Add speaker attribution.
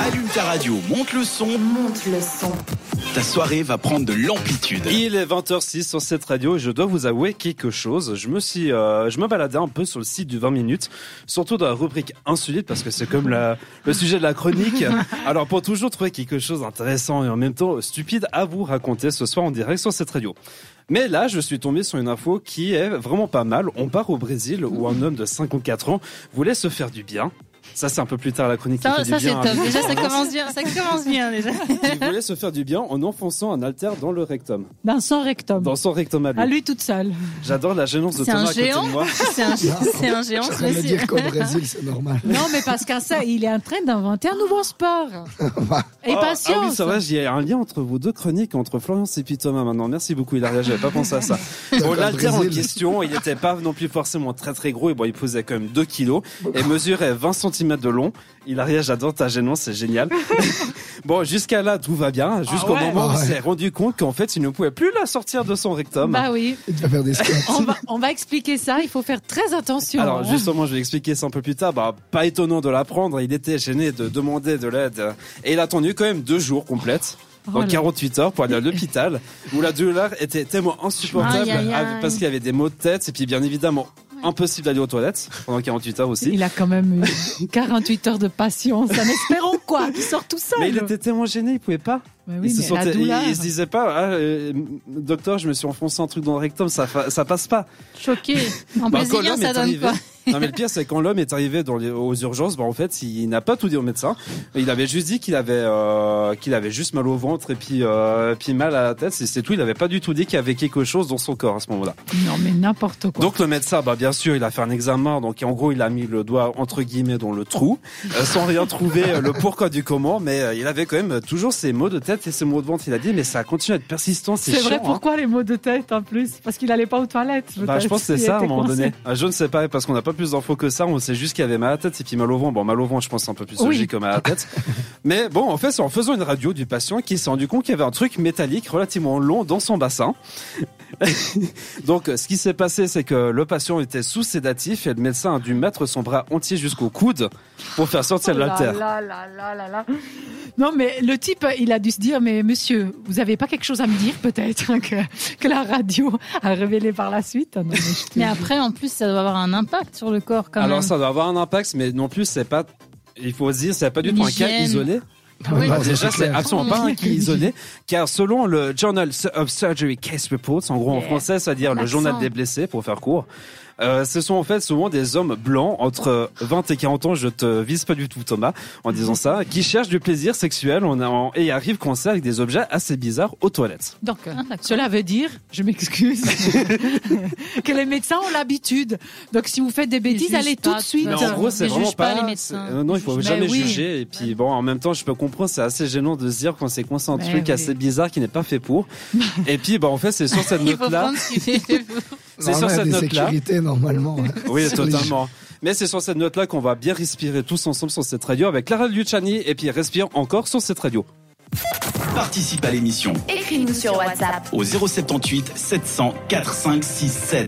Speaker 1: Allume ta radio, monte le son,
Speaker 2: Monte le son.
Speaker 1: ta soirée va prendre de l'amplitude.
Speaker 3: Il est 20h06 sur cette radio et je dois vous avouer quelque chose. Je me suis, euh, je me baladais un peu sur le site du 20 minutes, surtout dans la rubrique insolite parce que c'est comme la- le sujet de la chronique. Alors pour toujours trouver quelque chose d'intéressant et en même temps stupide à vous raconter ce soir en direct sur cette radio. Mais là, je suis tombé sur une info qui est vraiment pas mal. On part au Brésil où un homme de 54 ans voulait se faire du bien. Ça, c'est un peu plus tard la chronique. qui
Speaker 4: Ça,
Speaker 3: fait du
Speaker 4: ça, c'est
Speaker 3: bien hein. à
Speaker 4: top.
Speaker 3: vous.
Speaker 4: Déjà, ça commence bien. Ça commence bien, déjà.
Speaker 3: Il voulait se faire du bien en enfonçant un haltère dans le rectum,
Speaker 5: D'un sang Ben, rectum.
Speaker 3: dans son rectum à lui.
Speaker 5: À lui toute seule.
Speaker 3: J'adore la gênance de
Speaker 4: C'est un
Speaker 3: Thomas à côté de
Speaker 4: géant.
Speaker 3: moi.
Speaker 4: C'est un, c'est un géant, ce
Speaker 6: J'allais
Speaker 4: monsieur.
Speaker 6: dire qu'au Brésil, c'est normal.
Speaker 5: Non, mais parce qu'à ça, il est en train d'inventer un nouveau sport. Et
Speaker 3: Oh,
Speaker 5: patience.
Speaker 3: Ah oui, ça va, il y a un lien entre vos deux chroniques, entre Florence et puis Thomas maintenant. Merci beaucoup, Hilaria, j'avais pas pensé à ça. Bon,
Speaker 6: Dans le
Speaker 3: l'alter en
Speaker 6: Brésil.
Speaker 3: question, il était pas non plus forcément très très gros, et bon, il pesait quand même 2 kilos, et mesurait 20 cm de long. Hilaria, j'adore ta gênance, c'est génial. bon, jusqu'à là, tout va bien, jusqu'au
Speaker 5: Ah ouais.
Speaker 3: moment où
Speaker 6: Ah
Speaker 3: on
Speaker 6: ouais.
Speaker 3: s'est rendu compte qu'en fait, il ne pouvait plus la sortir de son rectum.
Speaker 5: Bah oui.
Speaker 6: Il devait faire des squats.
Speaker 5: On va, on va expliquer ça. Il faut faire très attention. hein.
Speaker 3: Alors justement, je vais expliquer ça un peu plus tard. Bah, pas étonnant de l'apprendre. Il était gêné de demander de l'aide et il a attendu quand même deux jours complètes.
Speaker 5: Oh
Speaker 3: Dans
Speaker 5: là.
Speaker 3: 48 heures pour aller à l'hôpital où la douleur était tellement insupportable
Speaker 4: Aïe, aïe, aïe.
Speaker 3: avec- parce qu'il y avait des maux de tête et puis bien évidemment impossible d'aller aux toilettes pendant 48 heures aussi.
Speaker 5: Il a quand même eu 48 heures de patience. En espérant quoi Qu'il sort tout seul.
Speaker 3: Mais il était tellement gêné, il pouvait pas.
Speaker 5: Mais
Speaker 3: il,
Speaker 5: oui,
Speaker 3: se
Speaker 5: mais la
Speaker 3: sentait- il,
Speaker 5: douleur.
Speaker 3: il se disait pas, ah, euh, docteur, je me suis enfoncé un truc dans le rectum, ça, fa- ça passe pas.
Speaker 4: Choqué. En
Speaker 3: Bah, quand
Speaker 4: brésilien,
Speaker 3: l'homme
Speaker 4: ça
Speaker 3: est
Speaker 4: donne
Speaker 3: arrivé-
Speaker 4: quoi
Speaker 3: Non mais le pire c'est quand l'homme est arrivé dans les- aux urgences, bah en fait il n'a pas tout dit au médecin. Il avait juste dit qu'il avait euh, qu'il avait juste mal au ventre et puis euh, puis mal à la tête, c'est c'est tout. Il n'avait pas du tout dit qu'il y avait quelque chose dans son corps à ce moment-là.
Speaker 5: Non, mais n'importe quoi.
Speaker 3: Donc le médecin, bah bien sûr, il a fait un examen. Donc en gros il a mis le doigt entre guillemets dans le trou, euh, sans rien trouver euh, le pourquoi du comment. Mais euh, il avait quand même toujours ses maux de tête et ses maux de ventre. Il a dit mais ça continue à être persistant, c'est
Speaker 5: c'est vrai,
Speaker 3: chiant, hein.
Speaker 5: pourquoi les maux de tête en plus Parce qu'il n'allait pas aux toilettes.
Speaker 3: Bah, je
Speaker 5: peut-être.
Speaker 3: pense que c'est
Speaker 5: Il
Speaker 3: ça à un
Speaker 5: était
Speaker 3: moment donné.
Speaker 5: coincé.
Speaker 3: Ah, Je ne sais pas parce qu'on n'a pas plus d'infos que ça. On sait juste qu'il y avait mal à la tête et puis mal au ventre. Bon, mal au ventre, je pense c'est un peu plus
Speaker 5: Oui.
Speaker 3: logique que mal à la tête. Mais bon, en fait, c'est en faisant une radio du patient qui s'est rendu compte qu'il y avait un truc métallique relativement long dans son bassin. Donc, ce qui s'est passé, c'est que le patient était sous sédatif et le médecin a dû mettre son bras entier jusqu'au coude pour faire sortir
Speaker 5: Oh là
Speaker 3: l'altère.
Speaker 5: là là là là là. Non, mais le type, euh, il a dû se dire, mais monsieur, vous avez pas quelque chose à me dire peut-être hein, que, que la radio a révélé par la suite Non, mais je te-
Speaker 4: Mais ah, après, en plus, ça doit avoir un impact sur le corps quand
Speaker 3: Alors,
Speaker 4: même.
Speaker 3: ça doit avoir un impact, mais non plus, c'est pas. Il faut se dire, c'est pas du tout un cas
Speaker 4: L'hygiène.
Speaker 3: isolé.
Speaker 4: Oui.
Speaker 3: Bah,
Speaker 6: Non,
Speaker 3: déjà,
Speaker 6: c'est
Speaker 3: c'est
Speaker 6: clair.
Speaker 3: absolument pas un qui est isolé, car selon le Journal of Surgery Case Reports, en gros en
Speaker 4: Yeah.
Speaker 3: français, c'est-à-dire le
Speaker 4: L'accent.
Speaker 3: journal des blessés, pour faire court, euh, ce sont en fait souvent des hommes blancs entre 20 et 40 ans, je te vise pas du tout Thomas en
Speaker 4: Mhm.
Speaker 3: disant ça, qui cherchent du plaisir sexuel en, en- et arrivent coincés avec des objets assez bizarres aux toilettes.
Speaker 5: Donc, euh,
Speaker 4: Ah, d'accord.
Speaker 5: cela veut dire, je m'excuse, que les médecins ont l'habitude. Donc, si vous faites des bêtises,
Speaker 4: jugent
Speaker 5: allez
Speaker 4: pas,
Speaker 5: tout de suite.
Speaker 3: Mais
Speaker 4: Mais
Speaker 3: en gros, c'est
Speaker 4: ils
Speaker 3: vraiment
Speaker 4: jugent pas
Speaker 3: pas.
Speaker 4: les médecins.
Speaker 3: c'est- euh, non, il faut
Speaker 5: Mais
Speaker 3: jamais
Speaker 5: oui.
Speaker 3: juger. Et puis bon, en même temps, je peux comprendre, c'est assez gênant de se dire qu'on s'est coincé un
Speaker 5: Mais
Speaker 3: truc
Speaker 5: oui.
Speaker 3: assez bizarre qui n'est pas fait pour. et puis, bah en fait, c'est sur cette
Speaker 4: Il faut
Speaker 3: note-là.
Speaker 4: prendre ce qu'il fait.
Speaker 3: C'est sur
Speaker 6: Normalement, il y a
Speaker 3: cette
Speaker 6: des
Speaker 3: note-là.
Speaker 6: sécurités, normalement. hein.
Speaker 3: Oui,
Speaker 6: Sur les-
Speaker 3: totalement. Mais c'est sur cette note-là qu'on va bien respirer tous ensemble sur cette radio avec Clara Luciani et puis respire encore sur cette radio.
Speaker 1: Participe à l'émission
Speaker 2: Écris-nous sur WhatsApp.
Speaker 1: au 078 700 4567.